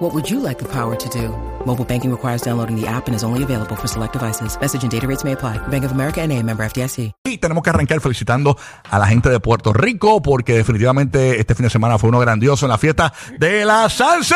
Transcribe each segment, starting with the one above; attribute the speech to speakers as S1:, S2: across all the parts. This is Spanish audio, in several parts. S1: What would you like the power to do? Mobile banking requires downloading the app and is only available for select devices. Message and data rates may apply. Bank of America and a member FDIC.
S2: Y tenemos que arrancar felicitando a la gente de Puerto Rico porque definitivamente este fin de semana fue uno grandioso en la fiesta de la Sanse.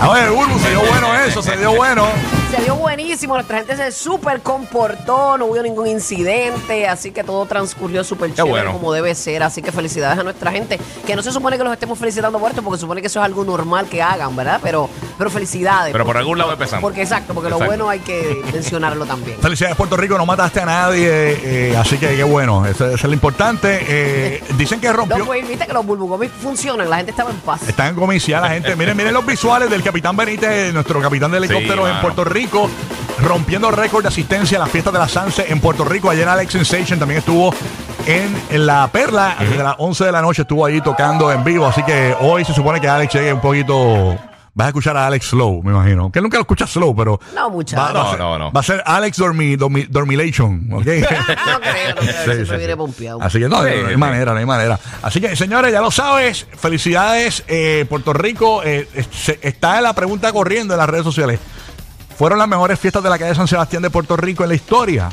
S2: A ver, Urbu, se dio bueno eso, se dio bueno.
S3: Se dio buenísimo, nuestra gente se súper comportó, no hubo ningún incidente, así que todo transcurrió súper chévere
S4: bueno.
S3: como debe ser. Así que felicidades a nuestra gente, que no se supone que los estemos felicitando por esto, porque se supone que eso es algo normal que hagan, ¿verdad? Pero, pero felicidades.
S4: Pero por
S3: Eh, porque-
S4: algún lado empezamos.
S3: Porque exacto, porque lo
S4: Exacto.
S3: bueno hay que mencionarlo también.
S2: Felicidades Puerto Rico, no mataste a nadie, eh, así que qué bueno, eso, eso es lo importante. Eh, dicen que
S3: Los,
S2: rompió...
S3: pues, viste que los bulbucomis funcionan, la gente estaba en paz.
S2: Están en comicidad la gente. Miren, miren los visuales del capitán Benítez, nuestro capitán de helicópteros en
S4: mano.
S2: Puerto Rico, rompiendo récord de asistencia a las fiestas de la Sanse en Puerto Rico. Ayer Alex Sensation también estuvo en La Perla, desde las 11 de la noche estuvo ahí tocando en vivo. Así que hoy se supone que Alex llegue un poquito. Vas a escuchar a Alex Slow, me imagino. Que él nunca lo escucha Slow, pero.
S3: No, muchacho.
S2: va- va a
S4: No,
S2: ser-
S4: no, no.
S2: Va a ser Alex Dormi, Dormi- Dormilation, ¿ok?
S3: Ah, No creo, no creo, siempre viene pompeado.
S2: Así que no,
S4: Sí,
S2: no hay
S4: sí.
S2: manera, no hay manera. Así que, señores, ya lo sabes. Felicidades, eh, Puerto Rico. eh, eh, se- está la pregunta corriendo en las redes sociales. ¿Fueron las mejores fiestas de la calle San Sebastián de Puerto Rico en la historia?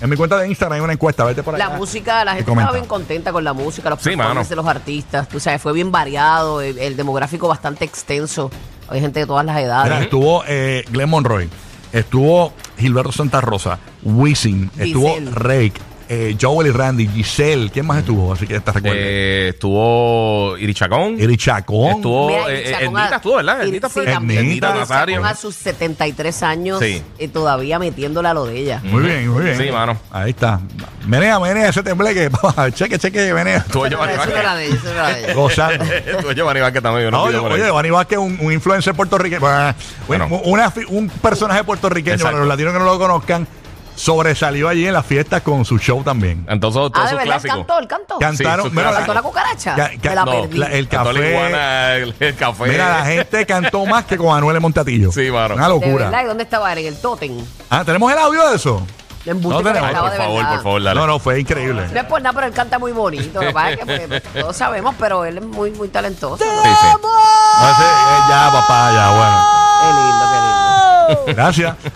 S2: En mi cuenta de Instagram hay una encuesta, vete
S4: Pues,
S2: por
S3: La
S2: acá.
S3: música, la
S2: y
S3: gente
S2: comenta.
S3: estaba bien contenta con la música, los
S4: ah, Sí,
S3: performances
S4: mano.
S3: de los artistas, tú sabes, fue bien variado, el, el demográfico bastante extenso, hay gente de todas las edades.
S2: Mira, estuvo eh, Glenn Monroy, estuvo Gilberto Santa Rosa, Wisin, estuvo
S3: Giselle.
S2: Rake, eh, Joel y Randy, Giselle. ¿Quién más estuvo? Así que te recuerdo.
S4: Eh, estuvo Irichacón.
S2: Eri Chacón.
S4: Estuvo
S3: Mira, y
S4: eh, eh,
S3: Chacón
S4: Ernita,
S3: a-
S4: estuvo, ¿verdad?
S3: y-
S4: Ernita fue.
S3: sí, también.
S2: Ernita
S3: Chacón
S4: Nazario.
S3: a sus 73 años
S4: Sí.
S3: eh, todavía metiéndole a lo de ella.
S2: Muy bien, muy bien.
S4: Sí, mano.
S2: Ahí está. Menea, menea, ese tembleque. cheque, cheque, menea.
S4: Estuvo
S3: Eso no
S4: Giovanni
S3: era- eso no era
S4: Vázquez.
S3: de ella, eso no era de ella.
S2: Gozando.
S4: Estuvo Giovanni Vázquez también.
S2: No,
S4: No,
S2: oye, oye, Giovanni Vázquez, un, un influencer puertorriqueño. Bah,
S4: Bueno.
S2: un- una fi- un personaje puertorriqueño,
S4: Exacto.
S2: para los latinos que no lo conozcan, sobresalió allí en las fiestas con su show también.
S4: Entonces,
S3: Ah,
S4: todo
S3: de
S4: su
S3: verdad, el
S4: clásico.
S3: cantó, el cantó.
S2: Can- Cantaron-
S4: sus
S2: mira,
S3: ¿Cantó
S4: clásicos.
S3: la cucaracha?
S2: Ca- ca-
S3: Me la
S2: no,
S3: perdí.
S2: la- el
S4: Cantó la
S2: café.
S4: iguana, el, el café.
S2: Mira, la gente cantó más que con Anuel Montatillo.
S4: Sí, mano.
S2: Una
S3: de verdad,
S2: locura.
S3: ¿y dónde estaba él? En el tótem.
S2: Ah, ¿tenemos el audio de eso?
S3: De embuste
S2: No tenemos.
S3: que
S4: Ay,
S3: estaba
S4: por
S3: de
S4: favor,
S3: verdad.
S4: por favor, dale.
S2: No, no, fue increíble.
S3: No es por nada, pero él canta muy bonito. Lo que pasa es que pues, todos sabemos, pero él es muy, muy talentoso. Qué
S4: Sí, sí.
S2: No, ese- eh, ya, Ah, papá, ya, bueno.
S3: lindo, qué lindo.
S2: Gracias.